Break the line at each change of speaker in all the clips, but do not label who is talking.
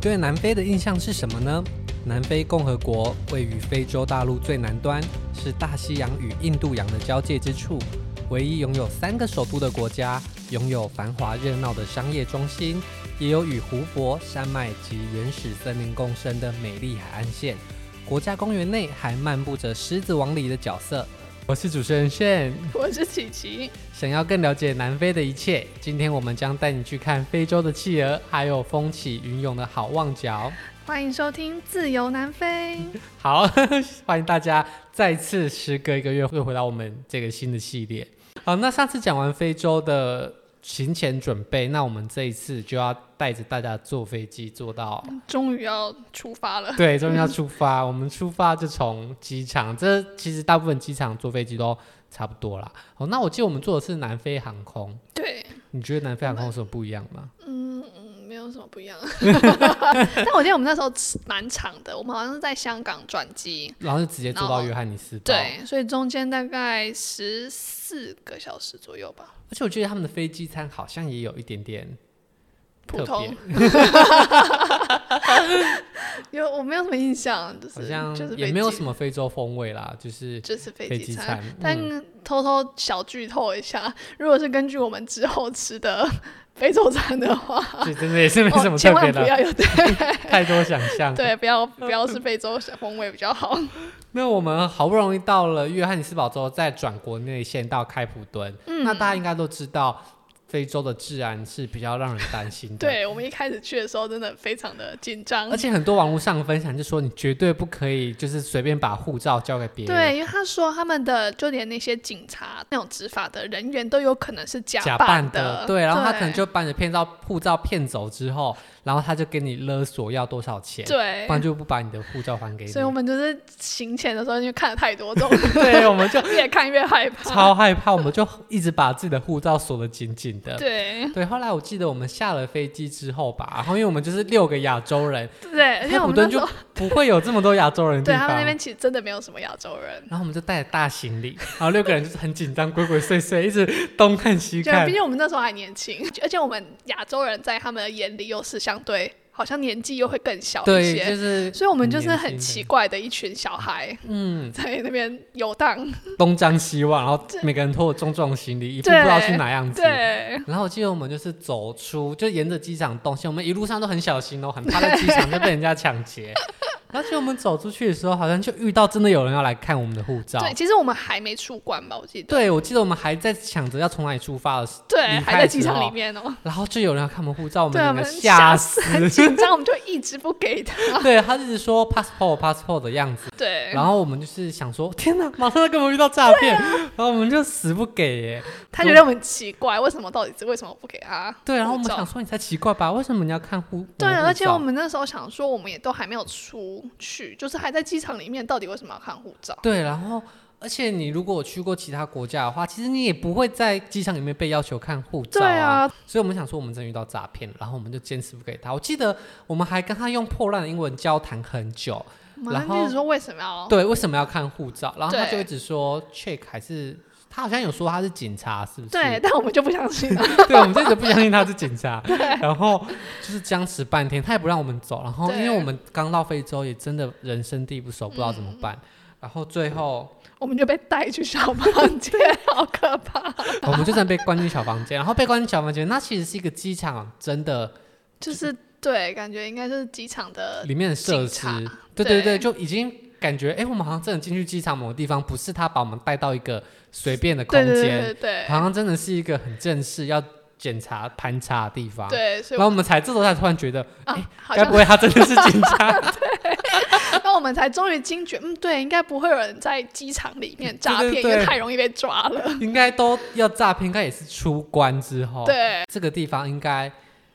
对南非的印象是什么呢？南非共和国位于非洲大陆最南端，是大西洋与印度洋的交界之处，唯一拥有三个首都的国家，拥有繁华热闹的商业中心，也有与湖泊、山脉及原始森林共生的美丽海岸线。国家公园内还漫步着《狮子王》里的角色。我是主持人炫，
我是琪琪，
想要更了解南非的一切，今天我们将带你去看非洲的企鹅，还有风起云涌的好望角。
欢迎收听《自由南非》。
好，欢迎大家再次时隔一个月会回到我们这个新的系列。好，那上次讲完非洲的行前准备，那我们这一次就要带着大家坐飞机坐 到，
终于要出发了，
对，终于要出发。我们出发就从机场，这其实大部分机场坐飞机都差不多啦。哦，那我记得我们坐的是南非航空，
对，
你觉得南非航空有什么不一样吗？
嗯，嗯没有什么不一 样。但我记得我们那时候吃蛮长的，我们好像是在香港转机，
然后就直接坐到约翰尼斯堡，，
对，所以中间大概十四个小时左右吧。
而且我觉得他们的飞机餐好像也有一点点特
普通
别，
有我没有什么印象，就是
好像
就是
也没有什
么，
么非洲风味啦， 就是
就是飞
飞
机
机
餐。
餐。
但
嗯、
偷偷小剧透一下，如果是根据我们之后吃的 非洲餐的话，
这真的也是没什么
哦、千
特
万
别
不
的，
要有对
太多想 象。，
对，不要 不要是非洲风味比较好。
那我们好不容易到了约翰尼斯堡之后，再转国内线到开普敦。
嗯
那大家应该都知道，非洲的治安是比较让人担心的。。
对我们一开始去的时候，真的非常的紧张
而。且很多网络上分享就说，你绝对不可以就是随便把护照交给别人。
对，因为他说他们的就连那些警察那种执法的人员都有可能是假
假
扮
扮的，对，然后他可能就把你的骗照护照骗走之后，然后他就给你勒索要多少钱，
对
不，然就不把你的护照还给你。
所以我们就是行前的时候，因为看了太 多这种
对，我们 就
越看越害怕。
超害怕，我们就一直把自己的护照锁得紧紧的。
对
对，后来我记得我们下了飞机之后吧，然后因为我们就是六个亚洲人，
对，而且
开
我
普
们那
敦
时
就
候
不会有这么多亚洲人的
对
地
他
方。
们那边其实真的没有什么亚洲人，
然后我们就带着大行李，然后六个人就是很紧张，鬼鬼祟祟，一直东看西
对，
看
毕。竟我们那时候还年轻，而且我们亚洲人在他们的眼里又是相对好像年纪又会更小一
对，
些，
就是
所以我们就是
很
很
年轻
奇怪的一群小孩
嗯，
在那边游荡。
东张西望，然后每个人拖着重重的行李，一步不
对
知道去哪样子。
对，
然后我记得我们就是走出，就沿着机场动线，我们一路上都很小心哦，很怕在机场就被人家抢劫。 而且我们走出去的时候，好像就遇到真的有人要来看我们的护照。
对，其实我们还没出关吧，我记得。
对，我记得我们还在想着要从哪里出发的时，
对，
离开
还在
的
机
时
场里
候，
面哦、
然后就有人要看我们护照，我们
对，我
两
们
个
吓
死。
很紧张，我们就一直不给他。
对他一直说 passport passport 的样子，
对，
然后我们就是想说，天哪，马上要跟我们遇到诈骗，
啊
然后我们就死不给耶。
他觉得我们奇怪，为什么到底是为什么不给他？
对，然后我们想。说你才奇怪吧，为什么你要看护？
对，啊
护
而且我
照
们那时候想说，我们也都还没有出去，就是还在机场里面，到底为什么要看护照？
对，然后而且你如果去过其他国家的话，其实你也不会在机场里面被要求看护照
对啊，
所以我们想说我们真的遇到诈骗了，然后我们就坚持不给他。我记得我们还跟他用破烂的英文交谈很久，
我们
然后
一直说为什么要？
对，为什么要看护照？然后他
哦对
就一直说 check 还是。他好像有说他是警察，是不是？
对，但我们就不相信了。
对，我们就一直不相信他是警察。然后就是僵持半天，他也不让我们走。然后因为
对嗯
我们刚到非洲，也真的人生地不熟，不知道怎么办。然后最后
我们就被带去小房间， 好可怕！
我们就算被关进小房间，然后被关进小房间，那其实是一个机场真的
就是对，感觉应该就是机场的，
里面的设施
警察，
对对对，
对
就已经感觉哎、诶我们好像真的进去机场某个地方，不是他把我们带到一个随便的空
对对对
间，啊
对对
好像真的是一个很正式要检查盘查的地方。
对，所
然
以
后我
我
们才这时候才突然觉得，
啊，好
啊该
像
不会他真的是警察？
那我们才终于惊觉，嗯，对，应该不会有人在机场里面诈骗，
对对
因
对
为太容易被抓了。
应该都要诈骗，应该也是出关之后，
对
这个地方应该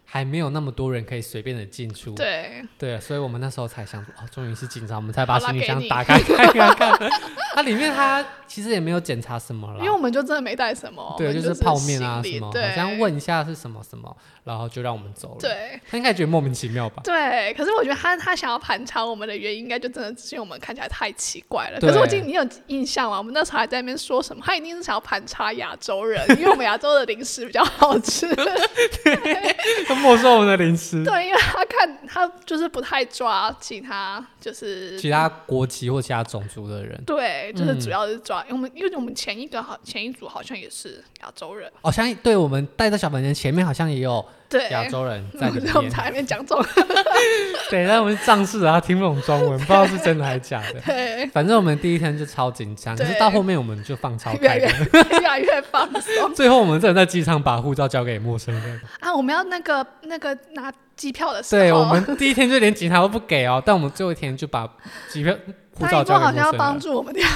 还没有那么多人可以随便的进出。
对，
哦对，所以我们那时候才想说，哦，终于是警察，我们才把
好啦
行李
给
箱
你
打开看看看。 它里面它其实也没有检查什么
因为我
啦，
们就真的没带什么，我
对，
们
就是
是
泡面啊
行李
什么，
对，
好像问一下是什么什么，然后就让我们走了。，
对。
他应该觉得莫名其妙吧？
对，可是我觉得他他想要盘查我们的原因，应该就真的是因为我们看起来太奇怪了。
对
可是我记得你有印象吗？我们那时候还在那边说什么，他一定是想要盘查亚洲人，因为我们亚洲的零食比较好吃。
他没收我们的零食，
对，因为他看他就是不太抓其他，就是
其他国籍或其他种族的人，
对，就是主
嗯
要是抓、因为我们，因为我们前一个好前一组好像也是亚洲人，
好像哦对我们带着小本人前面好像也有
对，
亚洲人 在里
然后我们
面，
才在那边讲 这种，
对，但我们是仗势啊，听不懂中文，不知道是真的还是假的。
对，
反正我们第一天就超紧张，可是
对
到后面我们就放 超
越来
开
越
的。
越来越放松
最后我们真的在机场把护照交给陌生 人。
啊！我们要那个那个拿机票的时候，
对，我们第一天就连警察都不给哦，但我们最后一天就把机票、护
那
照
一
交
波
给
好
陌
像要
生
帮
人，
助我们这样，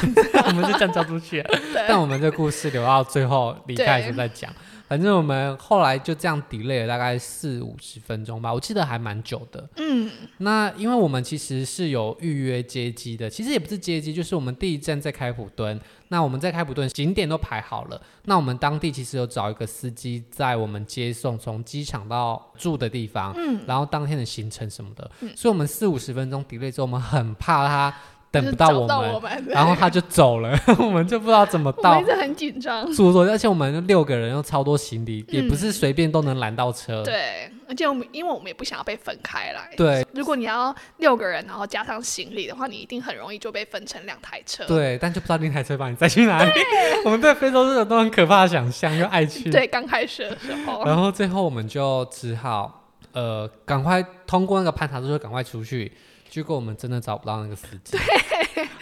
我们就这样交出去了。啊但
对
我们这故事留到最后离开的时候再讲。反正我们后来就这样 delay 了大概四五十分钟吧，我记得还蛮久的。
嗯，
那因为我们其实是有预约接机的，其实也不是接机，就是我们第一站在开普敦，那我们在开普敦景点都排好了，那我们当地其实有找一个司机在我们接送从机场到住的地方，嗯，然后当天的行程什么的，
嗯
所以我们四五十分钟 delay 之后，我们很怕他等
就是
不到
找
我
到
们，
我们， 对
然后他就走了， 我们就不知道怎么
我们
到
一。直很紧张，
住所，而且我们六个人又超多行李，也不
嗯
是随便都能拦到车。
对，而且我们因为我们也不想要被分开来，
呃对
如果你要六个人，然后加上行李的话，你一定很容易就被分成两台车。
对，但就不知道那台车把你载去哪里。我们对非洲这种都很可怕的想象，又爱去。。
对，刚开始的时候，
嗯然后最后我们就只好呃，赶快通过那个攀查之后，赶快出去。结果我们真的找不到那个司机。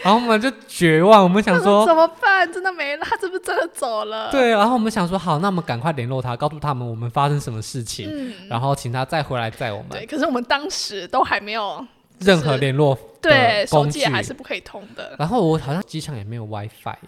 然后我们就绝望，我们想
他
说。
说怎么办？真的没了，他是不是真的走了？，
对，然后我们想说好，那我们赶快联络他，告诉他们我们发生什么事情，
嗯，
然后请他再回来载我们。
对。可是我们当时都还没有，
任何联络
对，
的
手
工具
机也还是不可以通的，
然后我好像机场也没有 WiFi，耶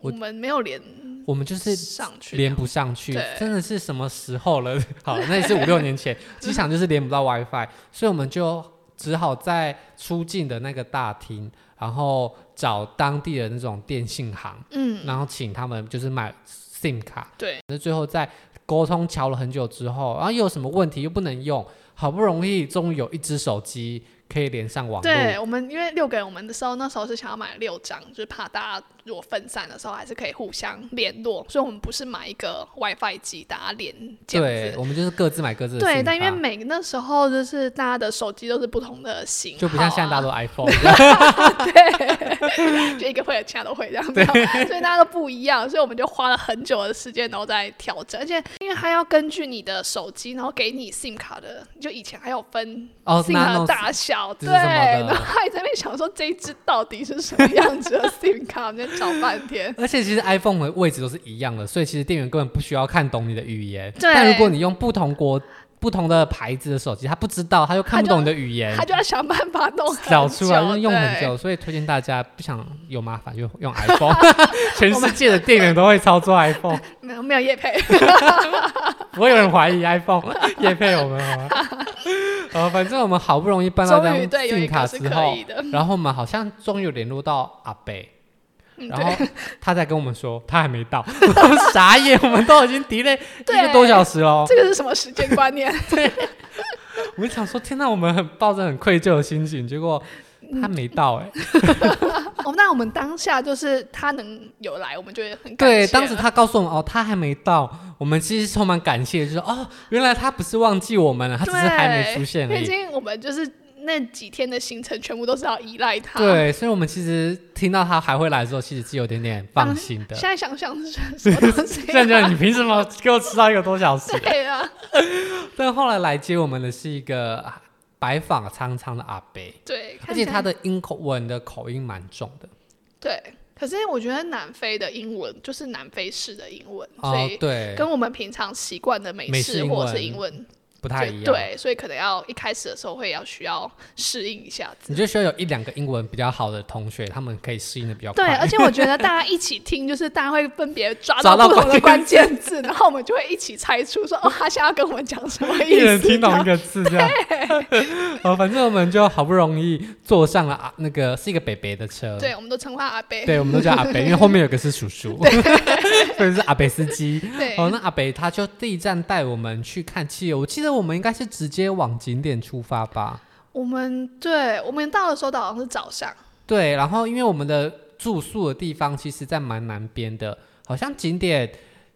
我
我们没有连
我们就是
上去。
连不上去
对，
真的是什么时候了？ 好，那也是五六年前，机场就是连不到 WiFi，所以我们就只好在出境的那个大厅，然后找当地的那种电信行，
嗯，
然后请他们就是买 SIM 卡。
对，
那最后在沟通瞧了很久之后，然后又有什么问题又不能用，好不容易终于有一只手机可以连上网
对
络。
我们因为六个人，我们的时候那时候是想要买六张，就是怕大家如果分散的时候还是可以互相联络，所以我们不是买一个 WiFi 机大家连这样
对，
子。
我们就是各自买各自的 SIM 卡。
对，但因为每那时候就是大家的手机都是不同的型号啊、
就不像现在大家都 iPhone，
对，就一个会，其他都会这样子， 所以大家都不一样，所以我们就花了很久的时间，然后在调整，而且因为它要根据你的手机，然后给你 SIM 卡的，就以前还有分
哦
SIM 卡
Nano
的大小，
这
对，
是什么的
然后还在那边想说这一只到底是什么样子的 SIM 卡，我们在找半天。
而且其实 iPhone 的位置都是一样的，所以其实店员根本不需要看懂你的语言。
对
但如果你用不同国、不同的牌子的手机，他不知道，他就看不懂你的语言
他，就要想办法弄很久
哎找出来用用很
对
久。所以推荐大家不想有麻烦就 用 iPhone，全世界的店员都会操作 iPhone，
没有没有叶 配，
不会有人怀疑 iPhone 也配我们好 吗？呃，反正我们好不容易办到这
终于
张
对有一
信卡
个是
之
可
后
以，的，
然后我们好像终于联络到阿北。
嗯，
然
对。
后他才跟我们说他还没到，我们傻眼，我们都已经 delay 一个多小时喽。
这个是什么时间观念？
我们想说，天呐，我们很抱着很愧疚的心情，结果
嗯
他没到哎、
哦，那我们当下就是他能有来，我们就会很感
对，
谢
当时
了
他告诉我们哦，他还没到，我们其实充满感谢，就说哦，原来他不是忘记我们了，啊他只是还没
对
出现而
毕
已。
竟我们就是那几天的行程全部都是要依赖他。，
对，所以我们其实听到他还会来的时候，其实是有点点
嗯
放心的
现。在想想是什么东西、啊
这样 觉得你凭什么给我迟到一个多小时？
对啊，
但后来来接我们的是一个白发苍苍的阿伯。
对，
而
看
且
起
他
来
的英口文的口音蛮重的
对。可是我觉得南非的英文就是南非式的英文，
哦
所，以
对，
跟我们平常习惯的美
美式
式
英
或者
文
是英文
不太
就
一样。，
对，所以可能要一开始的时候会要需要适应一下子
你。就需要有一两个英文比较好的同学，他们可以适应的比较
对，
快。
而且我觉得大家一起听，就是大家会分别 抓
抓
到
到
不同的
关
关
键
键字，然后我们就会一起猜出说，哦，他现在要跟我们讲什么
一
意
人
思？
听懂一个字这样。 哦，反正我们就好不容易坐上了啊，那个是一个北北的车。
呃对，我们都称呼他阿贝。
对，我们都叫阿 北，因为后面有个是叔叔， 所以是阿北司机。
对
哦，那阿北他就第一站带我们去看汽油，我记得我们应该是直接往景点出发吧？
我们对我们到的时候好像是早上，
对，然后因为我们的住宿的地方其实在蛮南边的，好像景点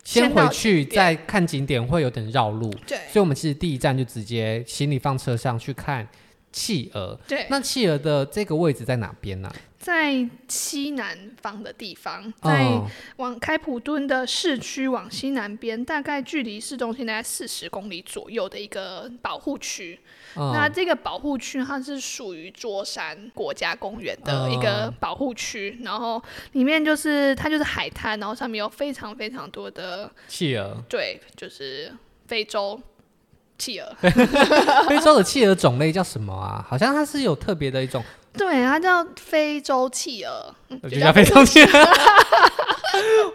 先
先到
回去
景点
再看景点会有点绕路，
对
所以我们其实第一站就直接行李放车上去看企鹅。
对，
那企鹅的这个位置在哪边呢、
在西南方的地方，哦在
嗯，
往开普敦的市区往西南边，大概距离市中心大概四十公里左右的一个保护区。哦那
嗯，
这个保护区它是属于桌山国家公园的一个保护区，然后里面就是它就是海滩，然后上面有非常非常多的
企鹅，
对，就是非洲企鹅，
非洲的企鹅种类叫什么啊？好像它是有特别的一种，呃
对，它叫非洲企鹅，嗯
我就叫非洲企鹅。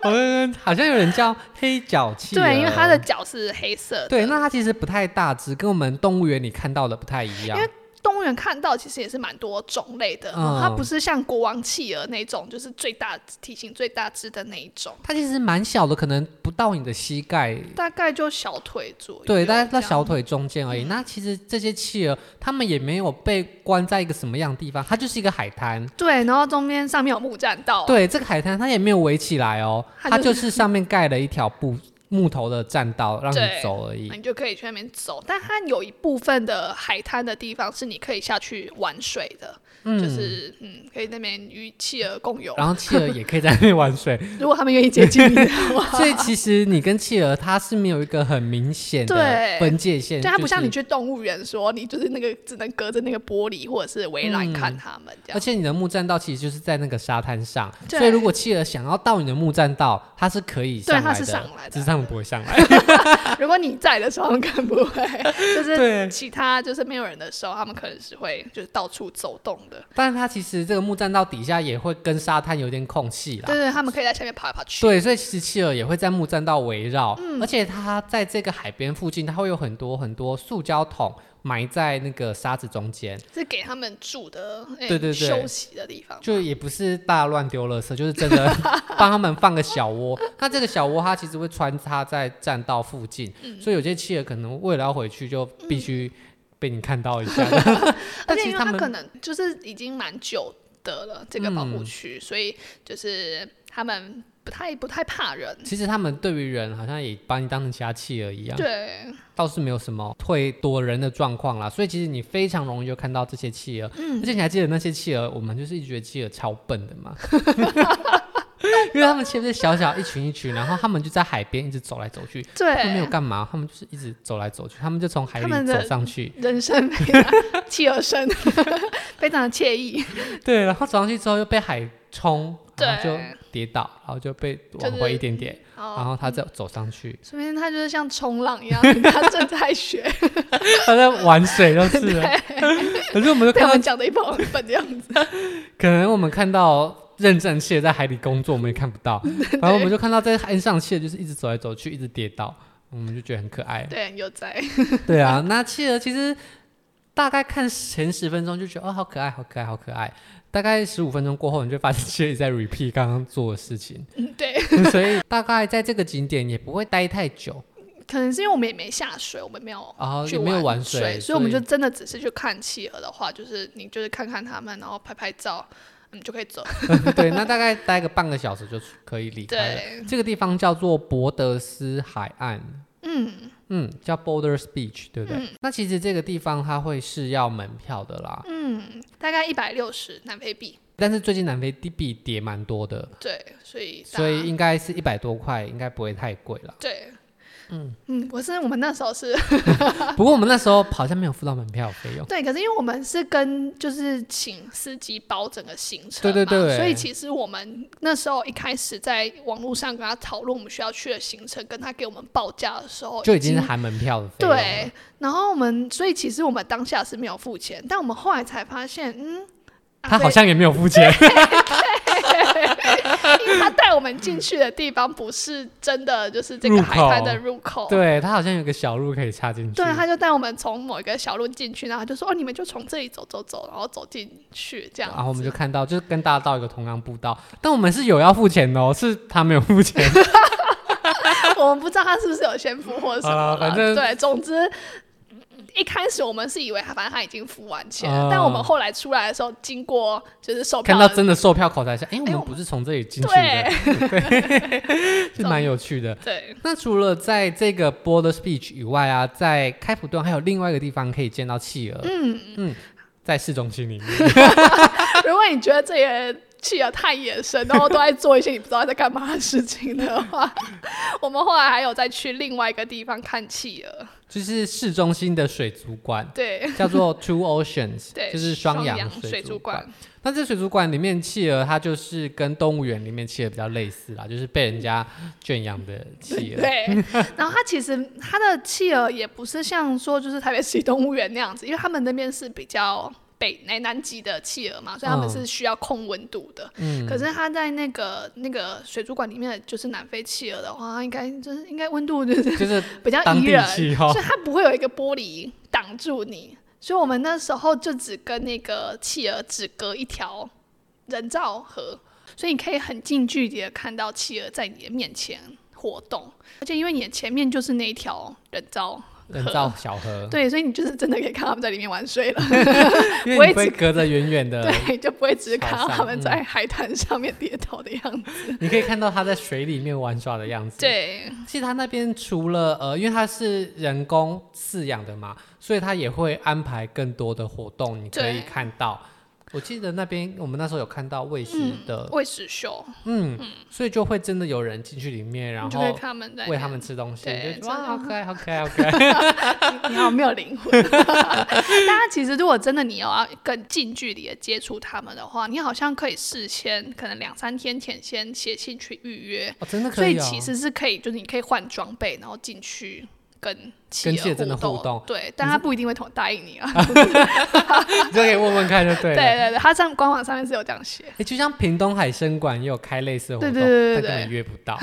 我们好像有人叫黑脚企鹅，
对，因为它的脚是黑色的。
对，那它其实不太大只，跟我们动物园里看到的不太一样。
因为动物园看到其实也是蛮多种类的，
嗯
它不是像国王企鹅那种，就是最大体型最大只的那一种，
它其实蛮小的，可能不到你的膝盖，
大概就小腿左右。
嗯对，大概
这
到
样嗯
小。腿中间而已。那其实这些企鹅，它们也没有被关在一个什么样的地方，它就是一个海滩。
对，然后中间上面有木栈道。
对，这个海滩它也没有围起来哦，
哦它
它
就
就是上面盖了一条布木头的栈道让你
对哎
走而已
那。你就可以去那边走，但它有一部分的海滩的地方是你可以下去玩水的，就是嗯，可以那边与企鹅共游。
然后企鹅也可以在那边玩 水，
如果他们愿意接近你的 话，
所以其实你跟企鹅它是没有一个很明显的
对
分界线，
对，它不
就
像
是
你去动物园说你就是那个只能隔着那个玻璃或者是围栏
嗯
看他们这样
而。且你的木栈道其实就是在那个沙滩上，
对
所以如果企鹅想要到你的木栈道，它是可以上
对
来的，
它是上来的
只是它们不会上 来。
如果你在的时候，他们可能不会， 就是
对，
其他就是没有人的时候，他们可能是会就是到处走动的。
但是它其实这个木栈道底下也会跟沙滩有点空隙啦
对。对，他们可以在下面爬来爬去。
对，所以其实企鹅也会在木栈道围绕，
嗯
而且它在这个海边附近，它会有很多很多塑胶桶埋在那个沙子中间，
是给他们住的，哎
对对对
休息的地方。
就也不是大乱丢垃圾，就是真的帮他们放个小窝。那这个小窝它其实会穿插在栈道附近，所以有些企鹅可能为了要回去就必须被你看到一下。
而
但
且
其实
因
他
为它
们
可能就是已经蛮久的了，这个保
嗯
护区，所以就是他们不太不太怕人。
其实他们对于人好像也把你当成其他企鹅一样，
对，
倒是没有什么会躲人的状况啦。所以其实你非常容易就看到这些企鹅，而且你还记得那些企鹅，我们就是一直觉得企鹅超笨的嘛。因为他们其实小小一群一群，然后他们就在海边一直走来走去，他们没有
对，
干嘛，他们就是一直走来走去，他们就从海
他
里
们的
走上去，
人生非常 企鹅生， 非常的惬意。
对，然后走上去之后又被海冲，然后就
对
跌倒，然后就被
就
往回一
是
点点，然
哦，
后他再走上去，
说明他就是像冲浪 一样，他正在学，
他在玩水就是了。 可是我们就
被我
看到，
们讲的一本很笨的样子。
可能我们看到认真企鹅在海里工作，我们也看不 到，然后我们就看到在岸上企鹅就是一直走来走去，一直跌倒，我们就觉得很可爱。
对，有在。
对啊，那企鹅其实大概看前十分钟就觉得哦，好可爱，好可爱，好可爱。大概十五分钟过后，你就发现企鹅在 repeat 刚刚做的事 情，
嗯，对，
所以大概在这个景点也不会待太久，
可能是因为我们也没下水，我们没有
然后
去
哦也没有玩
水，
水，
所以我们就真的只是去看企鹅的话，就是你就是看看他们，然后拍拍照，嗯，就可以走。
对。那大概待个半个小时就可以离开了。
对，
这个地方叫做博德斯海岸，
嗯，
嗯，叫 Boulders Beach，对不对？那其实这个地方它会是要门票的啦，
嗯大概一百六十南非币，
但是最近南非地币跌蛮多的，
对，所以大
所以应该是一百多块，应该不会太贵啦。
对。
嗯
嗯，我是我们那时候是
不过我们那时候好像没有付到门票费用。
对，可是因为我们是跟就是请司机包整个行程
对对
嘛，
对
所以其实我们那时候一开始在网络上跟他讨论我们需要去的行程，跟他给我们报价的时候，
就已经是含门票的费用了。
对，然后我们所以其实我们当下是没有付钱，但我们后来才发现，嗯，阿
他
飞
好像也没有付钱。
因为他带我们进去的地方不是真的，就是这个海滩的入口。
对他好像有个小路可以插进去。
对他就带我们从某一个小路进去，然后他就说：“哦，你们就从这里走走走，然后走进去这样子。”
然后我们就看到，就是跟大家到一个同样步道，但我们是有要付钱的哦，是他没有付 钱。
我们不知道他是不是有先付或者什么
啊
了，
反正
对，总之。一开始我们是以为他，反正他已经付完钱了，
啊
但我们后来出来的时候，经过就是售票
看
的
到真的售票口才是，哎，我
哎
们
我
不是从这里进去的，
对
是蛮有趣的。
对，
那除了在这个 Border Speech 以外啊，在开普敦还有另外一个地方可以见到企鹅，
嗯，
在市中心里面。
如果你觉得这些企鹅太野生，然后都在做一些你不知道在干嘛的事情的话，我们后来还有再去另外一个地方看企鹅，
就是市中心的水族馆，
对
叫做 Two Oceans，
对，
就是
双
洋
水
族
馆。，
那这水族馆里面企鹅，它就是跟动物园里面企鹅比较类似啦，就是被人家圈养的企鹅。
对，然后它其实它的企鹅也不是像说就是台北市动物园那样子，因为他们那边是比较北南南极的企鹅嘛，所以他们
嗯
是需要控温度的。
嗯，
可是它在那个那个水族馆里面，就是南非企鹅的话，它应该就是应该温度就是
就是
比较
当
宜
地哦
人，
气候
所以它不会有一个玻璃挡住你。所以我们那时候就只跟那个企鹅只隔一条人造河，所以你可以很近距离的看到企鹅在你的面前活动，而且因为你的前面就是那一条人造。
人造小 河，
对，所以你就是真的可以看到他们在里面玩水了，
因
不会
为你会
只
隔着远远的，
对，就不会只是看到
朝上
他们在海滩上面跌倒的样 子。
你可以看到它在水里面玩耍的样子。，
对，
其实它那边除了呃，因为它是人工饲养的嘛，所以它也会安排更多的活动，你可以
对
看到。我记得那边我们那时候有看到喂食的，
喂食秀，
嗯所以就会真的有人进去里面，然
你就可以
后
看他们在
喂他们吃东西，
对
就觉得哇，
真的
好可爱，好可爱，好 可爱。
你好没有 灵魂。大家其实如果真的你有要更近距离的接触他们的话，你好像可以事先可能两三天前先写信去预约，
哦，真的
所
可
以
哦
其实是可以，就是你可以换装备，然后进去。跟企
跟企鹅
鹅
真的互动
对，但他不一定会同答应你啊。
你 就可以问问看就对
对
了。
对对，他上官网上面是有这样写。
诶就像屏东海参馆也有开类似的活动，
对对对对
但根本
对
约不到。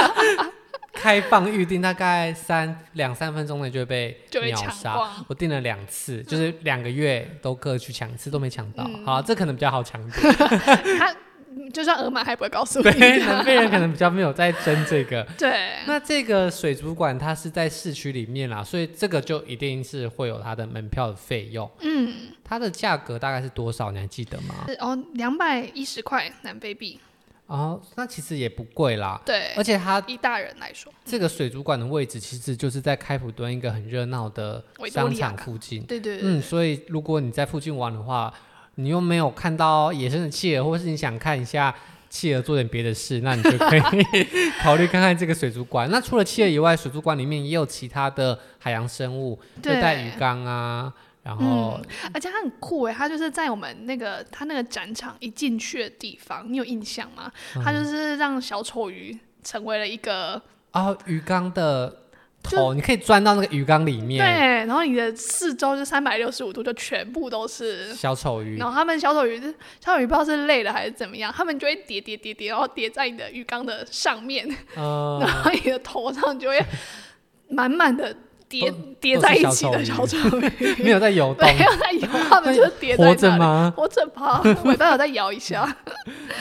开放预定大概三两三分钟内就会被
就被
秒
抢
杀
光。
我订了两次，就是两个月都各去抢一次，都没抢到。
嗯
好、这可能比较好抢一点。
他嗯就算额满，还不会告诉你。 啊
对，南非人可能比较没有在争这个。
对
那这个水族馆它是在市区里面啦，所以这个就一定是会有它的门票的费用。
嗯，
它的价格大概是多少？你还记得吗？
是哦，两百一十块南非币，
哦，那其实也不贵啦。
对
而，且它
一大人来说，
这个水族馆的位置其实就是在开普敦一个很热闹的
维多
商
利亚
场
港
附近。
对对对，
嗯，所以如果你在附近玩的话，你又没有看到野生的企鹅，或是你想看一下企鹅做点别的事，那你就可以 考虑看看这个水族馆。那除了企鹅以外，水族馆里面也有其他的海洋生物，热
对嗯
带鱼缸啊，然后、
而且它很酷欸诶，它就是在我们那个它那个展场一进去的地方，你有印象吗？它
嗯
就是让小丑鱼成为了一个
啊鱼缸的
就
头，你可以钻到那个鱼缸里
对，
面，
然后你的四周就三百六十五度就全部都是。
小丑鱼
然。后他们小丑鱼是，小丑鱼不知道是累了还是怎么样，他们就会叠叠叠叠，然后叠在你的鱼缸的上面，
呃，
然后你的头上就会满满的叠
都
叠在一起的
小丑
小丑鱼，
没有在游动，
没有在游，他们就是叠在
活着
那里，
吗？
活着吧，尾巴有再摇一 下。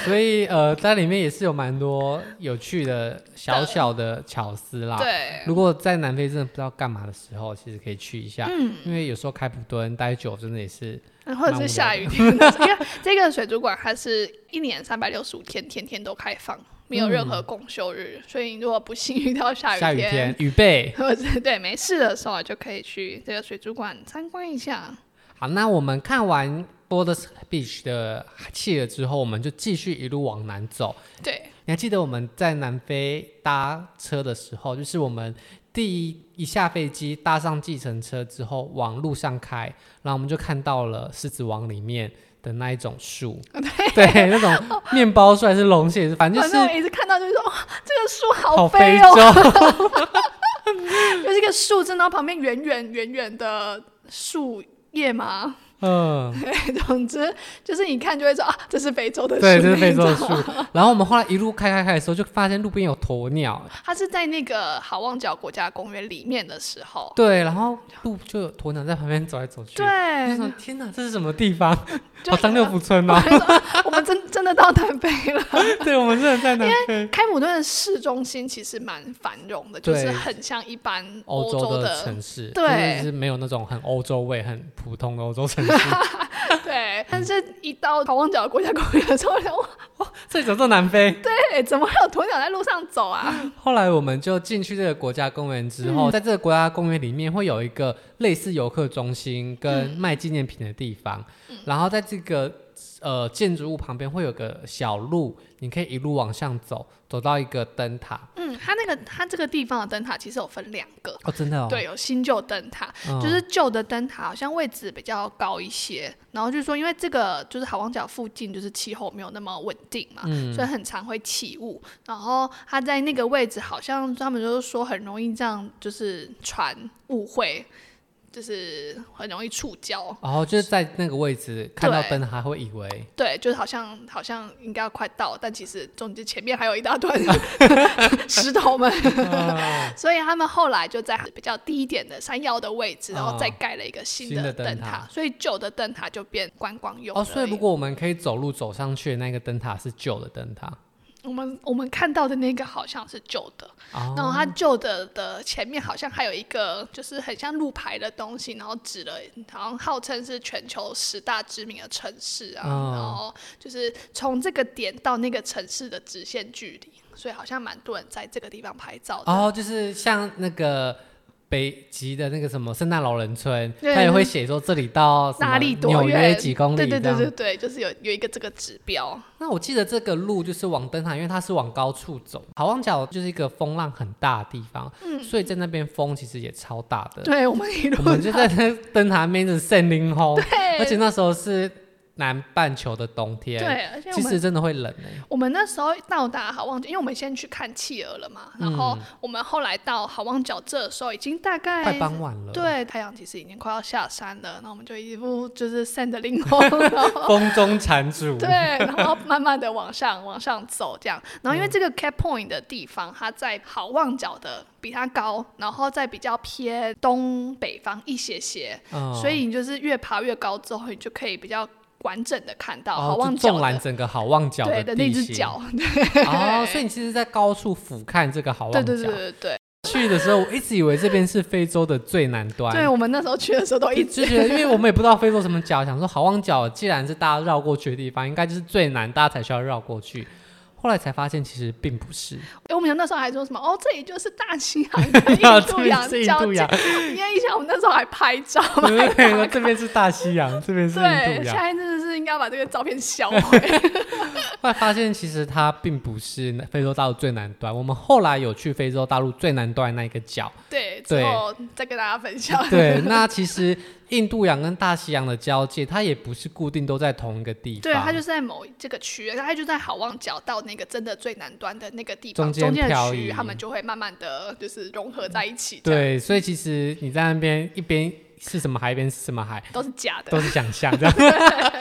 所以呃，在里面也是有蛮多有趣的小小的巧思啦。
对，
如果在南非真的不知道干嘛的时候，其实可以去一下，
嗯，
因为有时候开普敦待久真的也是
或者是下雨天的时候，因为这个水族馆它是一年三百六十五天，天天都开放，没有任何公休日，所以你如果不幸遇到下雨
下雨天雨备。
或者是对没事的时候，就可以去这个水族馆参观一下。
好，那我们看完 Borders Beach 的企鹅之后，我们就继续一路往南走。
对，
你还记得我们在南非搭车的时候，就是我们第一一下飞机，搭上计程车之后往路上开，然后我们就看到了《狮子王》里面的那一种树， 对，那种面包树还是龙蟹，反正就
反
是
正我一直看到就是说，哇这个树
好
好
非
肥
洲
哦，就是一个树枝，然后旁边圆圆圆圆的树叶嘛。
嗯，
总之就是你看就会说啊，这是非洲的树，
对，这是非洲的
你知
树
道吗。
然后我们后来一路开开开的时候，就发现路边有鸵鸟，
它是在那个好望角国家公园里面的时候，
对，然后路就有鸵鸟在旁边走来走去。
对，
我就想天哪，这是什么地方？
就
好像六福村 哦。
我们真真的到南非了。
对，我们真的在南非。
开普敦的市中心其实蛮繁荣的，就是
对
很像一般
欧
洲
洲
的，
城市，
对
就是没有那种很欧洲味、很普通的欧洲 城市。
对。但是，一到好望角国家公园的时候，我 想哇，
这走到南非，
对，怎么会有鸵鸟在路上走啊？
后来我们就进去这个国家公园之后，在这个国家公园里面会有一个类似游客中心跟卖纪念品的地方，然后在这个呃建筑物旁边会有个小路，你可以一路往上走，走到一个灯塔。
嗯，它那个它这个地方的灯塔其实有分两个，
哦，真的哦，
对，有新旧灯塔，
嗯，
就是旧的灯塔好像位置比较高一些，然后就是说因为这个就是好望角附近就是气候没有那么稳定嘛，所以很常会起雾，然后它在那个位置好像他们就是说很容易这样就是船误会，就是很容易触礁。
然后、就是在那个位置看到
对
灯塔，会以为
对，就是好像好像应该要快到，但其实中间前面还有一大段 石头们，
啊
所以他们后来就在比较低一点的山腰的位置，然后再
啊
盖了一个新
新的
的
灯
灯
塔
塔，所以旧的灯塔就变观光用而
哦，
已。
所以如果我们可以走路走上去的那个灯塔是旧的灯塔，
我们我们看到的那个好像是旧的，
哦，
然后它旧的的前面好像还有一个就是很像路牌的东西，然后指了，好像号称是全球十大知名的城市啊，
哦
然后就是从这个点到那个城市的直线距离，所以好像蛮多人在这个地方拍照的。
哦，就是像那个北极的那个什么圣诞老人村，
对
他也会写说这里到什么
哪里多
纽约
远？
几公里
对对
这
对
样
对对，就是有有一个这个指标。
那我记得这个路就是往灯塔，因为它是往高处走。好望角就是一个风浪很大的地方，所以在那边风其实也超大的。
嗯对我们一
我
路
们就在那灯塔面子圣灵轰， 而且
对
那时候是南半球的冬天，
对，而且我
其
们
实真的会冷欸诶、
我们那时候到达好望角，因为我们先去看企鹅了嘛，
嗯
然后我们后来到好望角这的时候，已经大概
快傍晚了，，
对太阳其实已经快要下山了，然后我们就一副就是 散的灵魂，然后
风中缠住，
对，然后慢慢的往上往上走这样，然后因为
嗯
这个 Cap Point 的地方，它在好望角的比它高，然后在比较偏东北方一些些，
嗯
所以你就是越爬越高之后，你就可以比较完整的看到好
哦，
望
就
角
纵览
的。
整个好望角
对
的
那
地
只
形
脚，
哦，所以你其实，在高处俯瞰这个好望角。
对对对对对，
去的时候，我一直以为这边是非洲的最南端。
对我们那时候去的时 候都一
就
直
就觉得，因为我们也不知道非洲什么角，想说好望角既然是大家绕过去的地方，应该就是最难，大家才需要绕过去。后来才发现，其实并不 是，
哎、我们那时候还说什么？哦，这里就是大西洋 跟印
啊这
度
边
洋
是印
交
度
界
洋。
你也想，我们那时候还拍照嘛？
对对对，这边是大西洋，这 边是印
对，
度
现
洋。
在真的是应该把这个照片 销毁。
后来发现，其实它并不是非洲大陆最南端。我们后来有去非洲大陆最南端的那一个角，
对，
对
之后再跟大家分享。
对，那其实印度洋跟大西洋的交界，它也不是固定都在同一个地方，
对，它就是在某这个区域，它就在好望角到那个真的最南端的那个地
中
方，
间
中间的
漂
区域，
移
他们就会慢慢的就是融合在一起，这样
对，所以其实你在那边一边是什么海，一边是什么海，
都是假的
都。是想象 这样。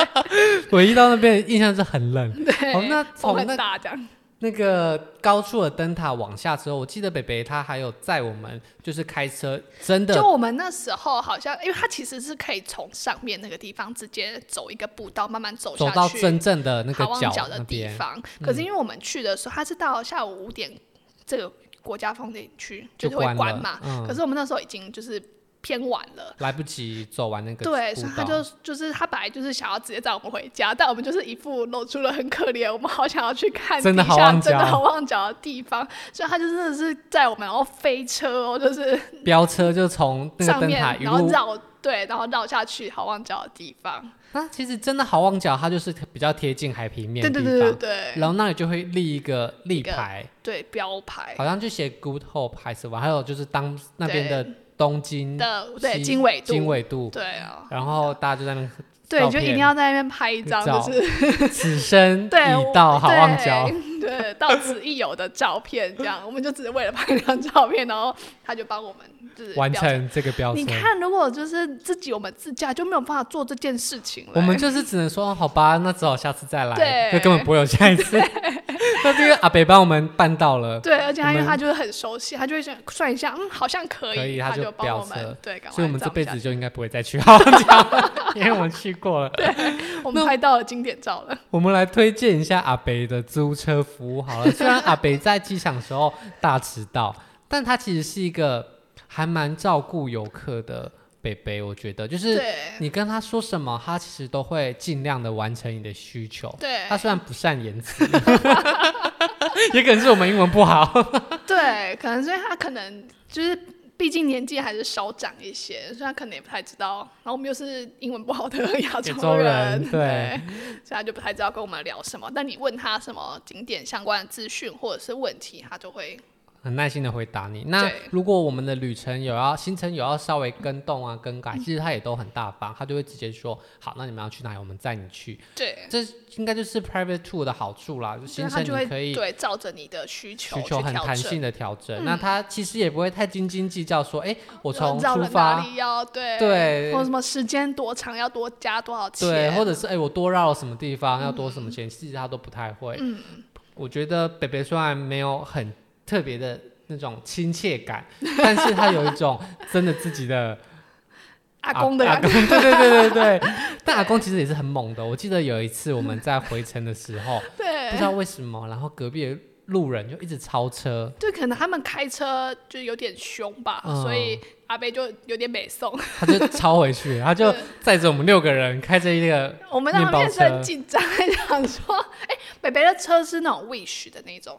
我一到那边印象是很冷。
对，
哦那
风
从
很
那
大这样。
那个高处的灯塔往下之后，我记得北北他还有载我们，就是开车，真的
就我们那时候好像，因为它其实是可以从上面那个地方直接走一个步道，慢慢走
走
下
到
去。
真正的那个
好望
角
角的
那
地
边，嗯
方。可是因为我们去的时候，它是到下午五点，这个国家风景区
就是
会
关
关
了
嘛。
嗯
可是我们那时候已经就是偏晚了。
来不及走完那个
对，
步
所以他
道
就就是他本来就是想要直接载我们回家，但我们就是一副露出了很可怜，我们好想要去看
真
地
的好
下
望
真的
角
好望角的地方，所以他就真的是载我们，然后飞车哦，就是
飙车就从那个
上
灯
面
塔一
然后
路
绕对，然后绕下去好望角的地方。
那啊其实真的好望角，它就是比较贴近海平面
对
的
对
地方，
对对对
然后那里就会立一个立
一个
牌，
对，标牌
好像就写 Good Hope 还是什么，还有就是当那边
对
的东京
的对
西
经纬
经
度，
纬度，
对啊，
然后大家就在那边
对，
照
就一定
片
要在那边拍一张，
照
就是
此生
对我
已到好望角，
对对，到此一游的照片，这样我们就只是为了拍一张照片，然后他就帮我们就是
完
标准。
成这个标
你
准。
看，如果就是自己我们自驾就没有办法做这件事情了。
我
欸
们就是只能说好吧，那只好下次再来，
对
就根本不会有下一 次。那这个阿北帮我们办到了，
对，而且他因
我们
为他就是很熟悉，他就会想算一下，嗯，好像可以，
可以他
他
就
帮
标
我
色
们对，赶快
所以我们这
照
辈
下
子就应该不会再去好望角 了，因为我们去过了。
我们拍到了经典照了。
我们来推荐一下阿北的租车服务好了。虽然阿北在机场的时候大迟到， 但他其实是一个还蛮照顾游客的北北，我觉得就是
对
你跟他说什么，他其实都会尽量的完成你的需求。
对
他虽然不善言辞， 也可能是我们英文不好。
对，可能所以他可能就是，毕竟年纪还是稍长一些，所以他可能也不太知道。然后我们又是英文不好的 亚
洲
洲
人对
对，所以他就不太知道跟我们聊什么。但你问他什么景点相关的资讯或者是问题，他就会
很耐心的回答你。那
对
如果我们的旅程有要行程有要稍微跟动啊更
嗯
改，其实他也都很大方，他就会直接说好，那你们要去哪里，我们载你去。
对，
这应该就是 private tour 的好处啦，就行
所以他
程
就
你
会
可以
对照着你的需求
需
去
求很
调
弹
整。嗯
性的调整。那他其实也不会太斤斤计较，说，哎，我从
绕
出
了哪
发，
里要对
对
或者什么时间多长要多加多少钱，
对，或者是哎，诶我多绕了什么地方，要多什么钱，其实他都不太会。
嗯
我觉得北北虽然没有很特别的那种亲切感， 但是他有一种真的自己的
阿公的
阿
感
公，
觉，
对对对对对。但阿公其实也是很猛的。我记得有一次我们在回程的时候，不知
对。
道为什么，然 后隔壁的路人就一直超车。
对，可能他们开车就有点凶吧，
嗯
所以阿贝就有点美 送。
他就超回 去，他就载着我们六个人开着一个，
我们那
面包
边是很
车
紧张， 想说，哎、北北的车是那种 wish 的那种，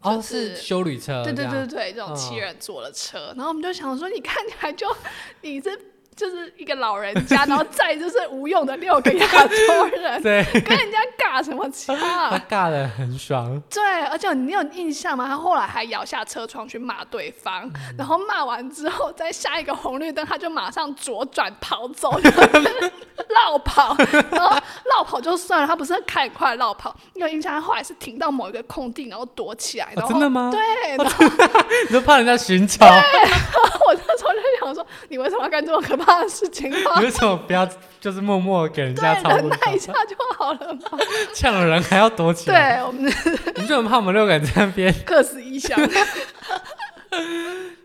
哦，
就是
是修旅车，
对对
这
对
样，
对，这种
嗯
七人坐的车。然后我们就想说，你看起来就你这就是一个老人 家，然后再就是无用的六个亚洲人，
对，
跟人家尬什么啊掐、
他尬的很爽，
对，而且你有印象吗？他后来还摇下车窗去骂对方，
嗯
然后骂完之后，在下一个红绿灯，他就马上左转跑 走，就是绕跑，然后绕跑就算了，他不是开很快绕跑，你有印象？他后来是停到某一个空地，然后躲起来，然
哦
后、
真的吗
对，然后
你就怕人家寻仇，
啊我那时候就想说，你为什么要干这么可怕的事情吗
你？为什么不要就是默默给人
对
家，超
忍
过
耐一下就好了嘛。
呛了人还要躲起来？
对，我们
你就很怕我们六个人在那边。
各司一想。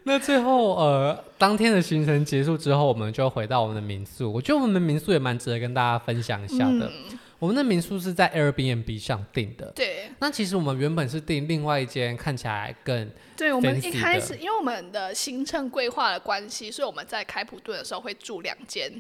那最后呃，当天的行程结束之后，我们就回到我们的民宿，我觉得我们的民宿也蛮值得跟大家分享一下的。
嗯
我们的民宿是在 Airbnb 上订的。
对，
那其实我们原本是订另外一间看起来更
对，我们一
fancy
开
的
始因为我们的行程规划的关系，所以我们在开普敦的时候会住两间，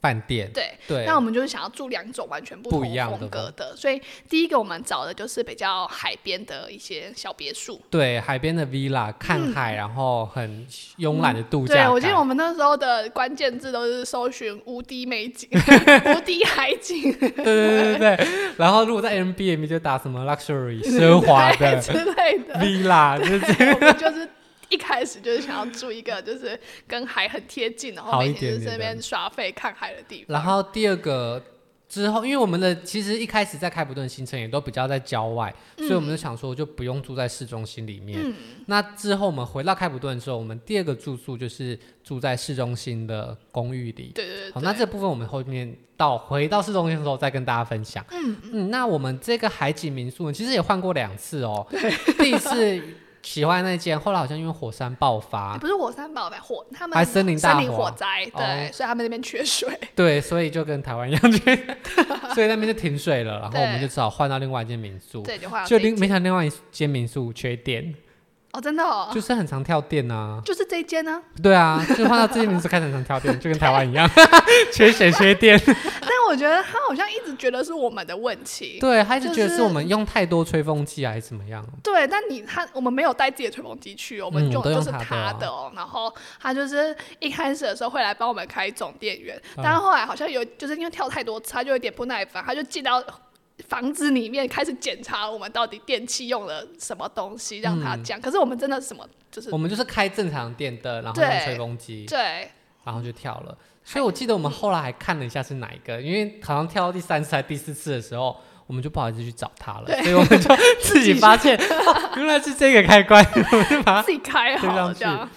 饭店，
对。
对，
那我们就是想要住两种完全不
不
同
一样的
风格的，所以第一个我们找的就是比较海边的一些小别墅。
对，海边的 villa 看海，然后很慵懒的度假
嗯对，
感、
我记得我们那时候的关键字都是搜寻无敌美景、 无敌海景
对对对对对。然后如果在 Airbnb 就打什么 luxury 奢 华的
之类的。
villa，就是
我们就是一开始就是想要住一个就是跟海很贴近，然后
好
每
一
天就是
点
在
点
那
的
边耍废看海的地方。
然后第二个之后，因为我们的其实一开始在开普敦的行程也都比较在郊外，
嗯
所以我们就想说就不用住在市中心里面。那之后我们回到开普敦的时候，我们第二个住宿就是住在市中心的公寓里。
对对对，
好，那这部分我们后面到回到市中心的时候再跟大家分享。嗯那我们这个海景民宿呢，其实也换过两次哦。第一次喜欢那间，后来好像因为火山爆
欸
发，
不是火山爆发，火他们
啊还森林大火哦
火灾，对，所以他们那边缺水。
对，所以就跟台湾一样 去，所以那边就停水了，然后我们就只好换到另外一间民宿。
对，就换到
就
这一
另
间
没想到另外一间民宿缺电，
哦，真的哦，
就是很常跳电啊。
就是这一间呢、
对啊，就换到这些名字开始很常跳 电，就跟台湾一样，缺水缺电。
但我觉得他好像一直觉得是我们的问题。
对，他一直
就
觉得是我
是
们用太多吹风机啊还是怎么样。
对，但你他我们没有带自己的吹风机去，哦我们
嗯
就、
都用
就是
他的
他
啊
的哦。然后他就是一开始的时候会来帮我们开总电源，
嗯
但后来好像有就是因为跳太多次，他就有点不耐烦，他就进到房子里面开始检查我们到底电器用了什么东西，让他
嗯哦
讲。可是我们真的什么就是
我们就是开正常电灯，然后
对
用吹风机，
对
然后就跳了。所以我记得我们后来还看了一下是哪一个，因为好像跳到第三次还第四次的时候，我们就不好意思去找他了，
对
所以我 们就自己发现、哦原来是这个开关， 我们啊就把它。
自己开
推
好
上
了这样。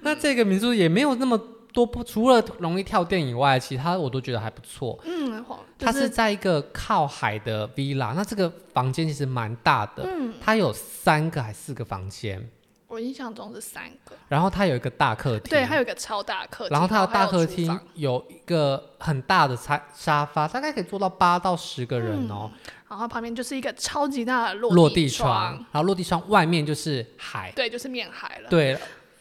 那这个民宿也没有那么多不，除了容易跳电以外，其他我都觉得还不错。
嗯，好就
它是在一个靠海的 villa，那这个房间其实蛮大的，
嗯，
它有三个还四个房间，
我印象中是三个，
然后它有一个大客厅，
对，还有一个超大客厅，
然后它
它
的大客厅
然
有一个很大的沙沙发，大概可以坐到八到十个人哦。
后旁边就是一个超级大的
落
嗯地
地窗，然后落地窗外面就是海，
对，就是面海了，
对。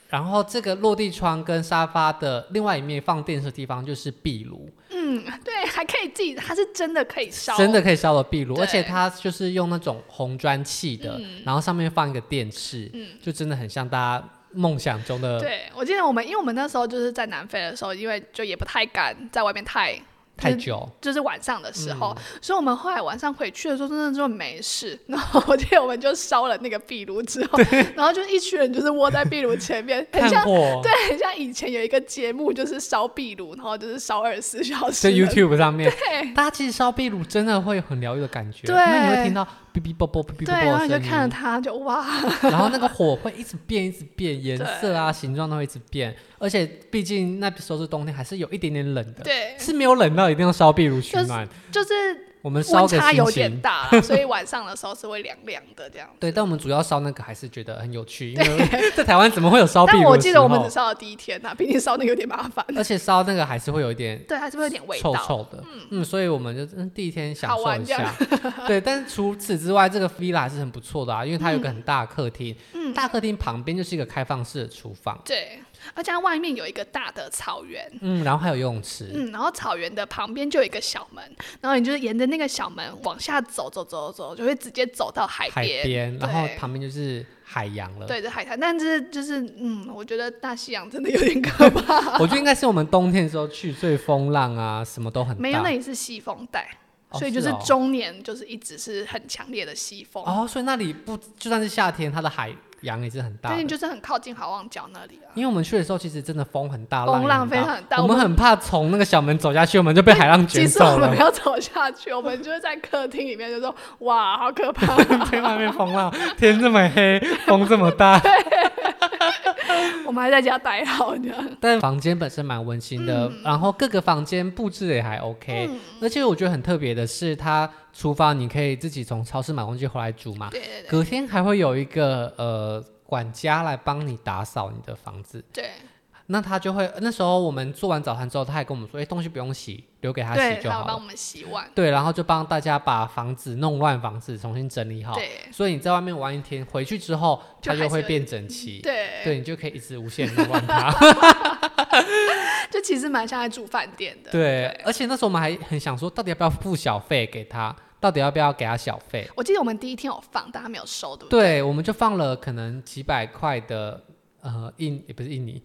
然后这个落地窗跟沙发的另外一面放电视的地方就是壁炉，
嗯，对，还可以自己，它是真的可以烧，
真的可以烧的壁炉，
对嗯
而且它就是用那种红砖砌的，然后上面放一个电视，就真的很像大家梦想中的
对，我记得我们，因为我们那时候就是在南非的时候，因为就也不太敢在外面太，
太久。
就是晚上的时候，
嗯
所以我们后来晚上回去的时候，真的就没事。然后我记得我们就烧了那个壁炉之后，然后就一群人就是窝在壁炉前面，很
看
像
过
对，很像以前有一个节目，就是烧壁炉，然后就是烧二十四小时
在
的。
YouTube 上面，
对
大家其实烧壁炉真的会有很疗愈的感觉，
对
因为你会听到哔哔啵啵哔哔
对，然
啵
后
啵的
你
声
就看着
音，
他就哇，
然后那个火会一直变，一直变颜色啊、形状都会一直 变，而且毕竟那时候是冬天，还是有一点点冷的，
对，
是没有冷到一定要烧壁炉取暖，
就是
我们烧
温
个
差
心
有点
情。
大啦，所以晚上的时候是会凉凉的这样。
对，但我们主要烧那个还是觉得很有趣，因为 在台湾怎么会有烧壁
但
炉
我
的
记
时
得我们
候
只？烧了第一天呐、毕竟烧那个有点麻烦。
而且烧那个还是会有一点
对，还是会有点味
臭
道。
臭的，嗯，所以我们就嗯第一天享
好
受
玩
一
这
下
样，
对。但是除此之外，这个 villa 还是很不错的啊，因为它有一个
嗯
很大的客厅，大客厅旁边就是一个开放式的厨房，
对，而且它外面有一个大的草原，
嗯，然后还有游泳池，
嗯，然后草原的旁边就有一个小门，然后你就是沿着那个小门往下走，走走走，就会直接走到海
海
边。
边，
对
然后旁边就是海洋了。
对，这海滩，但是就是，嗯，我觉得大西洋真的有点 可怕。
我觉得应该是我们冬天的时候去，所以风浪啊什么都很大。
没有，那里是西风带，
哦
所以就是
是哦
终年就是一直是很强烈的西风。
哦，所以那里不就算是夏天，它的海洋也是很大
但
的
是。就是很靠近好望角那里啊，
因为我们去的时候，其实真的风很大，
风浪
也
非常大
我们
我们
很怕从那个小门走下去，我们就被海浪
其
卷
实
走
我们
了
没。有走下去，我们就是在客厅里面就说，哇，好可 怕。
在外面风浪，天这么黑，风这么大，
我们还在家待好这样。
但房间本身蛮温馨的，然后各个房间布置得也还 OK，、而且我觉得很特别的是，它厨房你可以自己从超市买东西回来煮嘛，
对对对
隔天还会有一个呃管家来帮你打扫你的房子，
对
那他就会那时候我们做完早餐之后，他还跟我们说，哎、东西不用洗，留给他
对，
洗就
他有
好
帮我
了，
们洗碗。
对，然后就帮大家把房子弄乱，房子重新整理好。
对
所以你在外面玩一天，回去之后
就
它
还
就是会
有
变整齐。
对，
对你就可以一直无限的玩 它。
就其实蛮像在住饭店的。
对，而且那时候我们还很想说，到底要不要付小费给他？到底要不要给他小费？
我记得我们第一天有放，但他没有收，对不对？
对，我们就放了可能几百块的呃印，也不是印尼，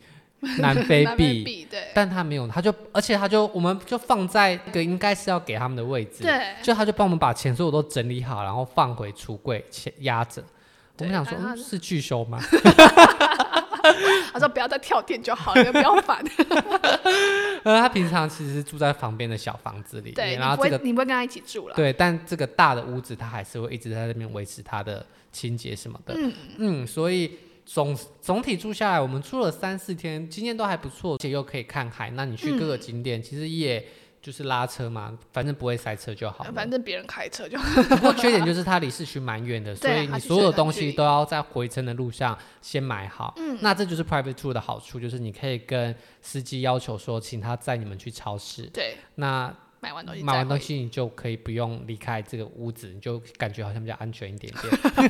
南非
南非
币，
币，对
但他没有，他就而且他就我们就放在一个应该是要给他们的位置，
对。
就他就帮我们把钱所有都整理好，然后放回橱柜前压着。我
对
们想说、
然后
嗯是拒收吗？
他说不要再跳电就好了，不要 烦。
呃，他平常其实是住在旁边的小房子里
对，
面，
你
然后
不
这个
会你不会跟他一起住了。
对，但这个大的屋子它还是会一直在那边维持它的清洁什么的。嗯所以总总体住下来，我们住了三四天，经验都还不错，而且又可以看海。那你
嗯
去各个景点，其实也就是拉车嘛，反正不会塞车就好了。
呃反正别人开车就
不过缺点就是它离市区蛮远 的，所
对啊
以
它
你
是
所有
社交
东
距
西
离
都要在回程的路上先买好。嗯，那这就是 private tour 的好处，就是你可以跟司机要求说，请他载你们去超市。
对
那
买买完东西再
买完东
回
西你就可以不用离开这个屋子，你就感觉好像比较安全一点点。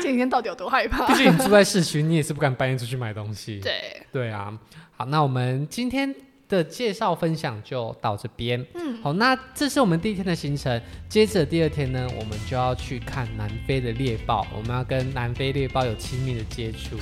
今天到底有多害怕
毕？竟你住在市区，你也是不敢半夜出去买东西。
对，
对啊，好，那我们今天的介绍分享就到这边。嗯，好，那这是我们第一天的行程。接着第二天呢，我们就要去看南非的猎豹，我们要跟南非猎豹有亲密的接触，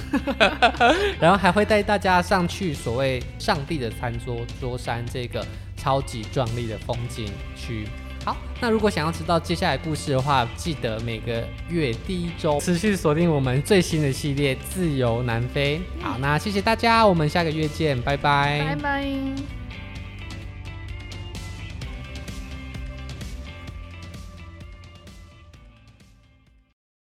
然后还会带大家上去所谓上帝的餐桌桌山这个超级壮丽的风景区。好，那如果想要知道接下来故事的话，记得每个月第一周持续锁定我们最新的系列《自由南非》。好，那谢谢大家，我们下个月见，拜拜
拜拜。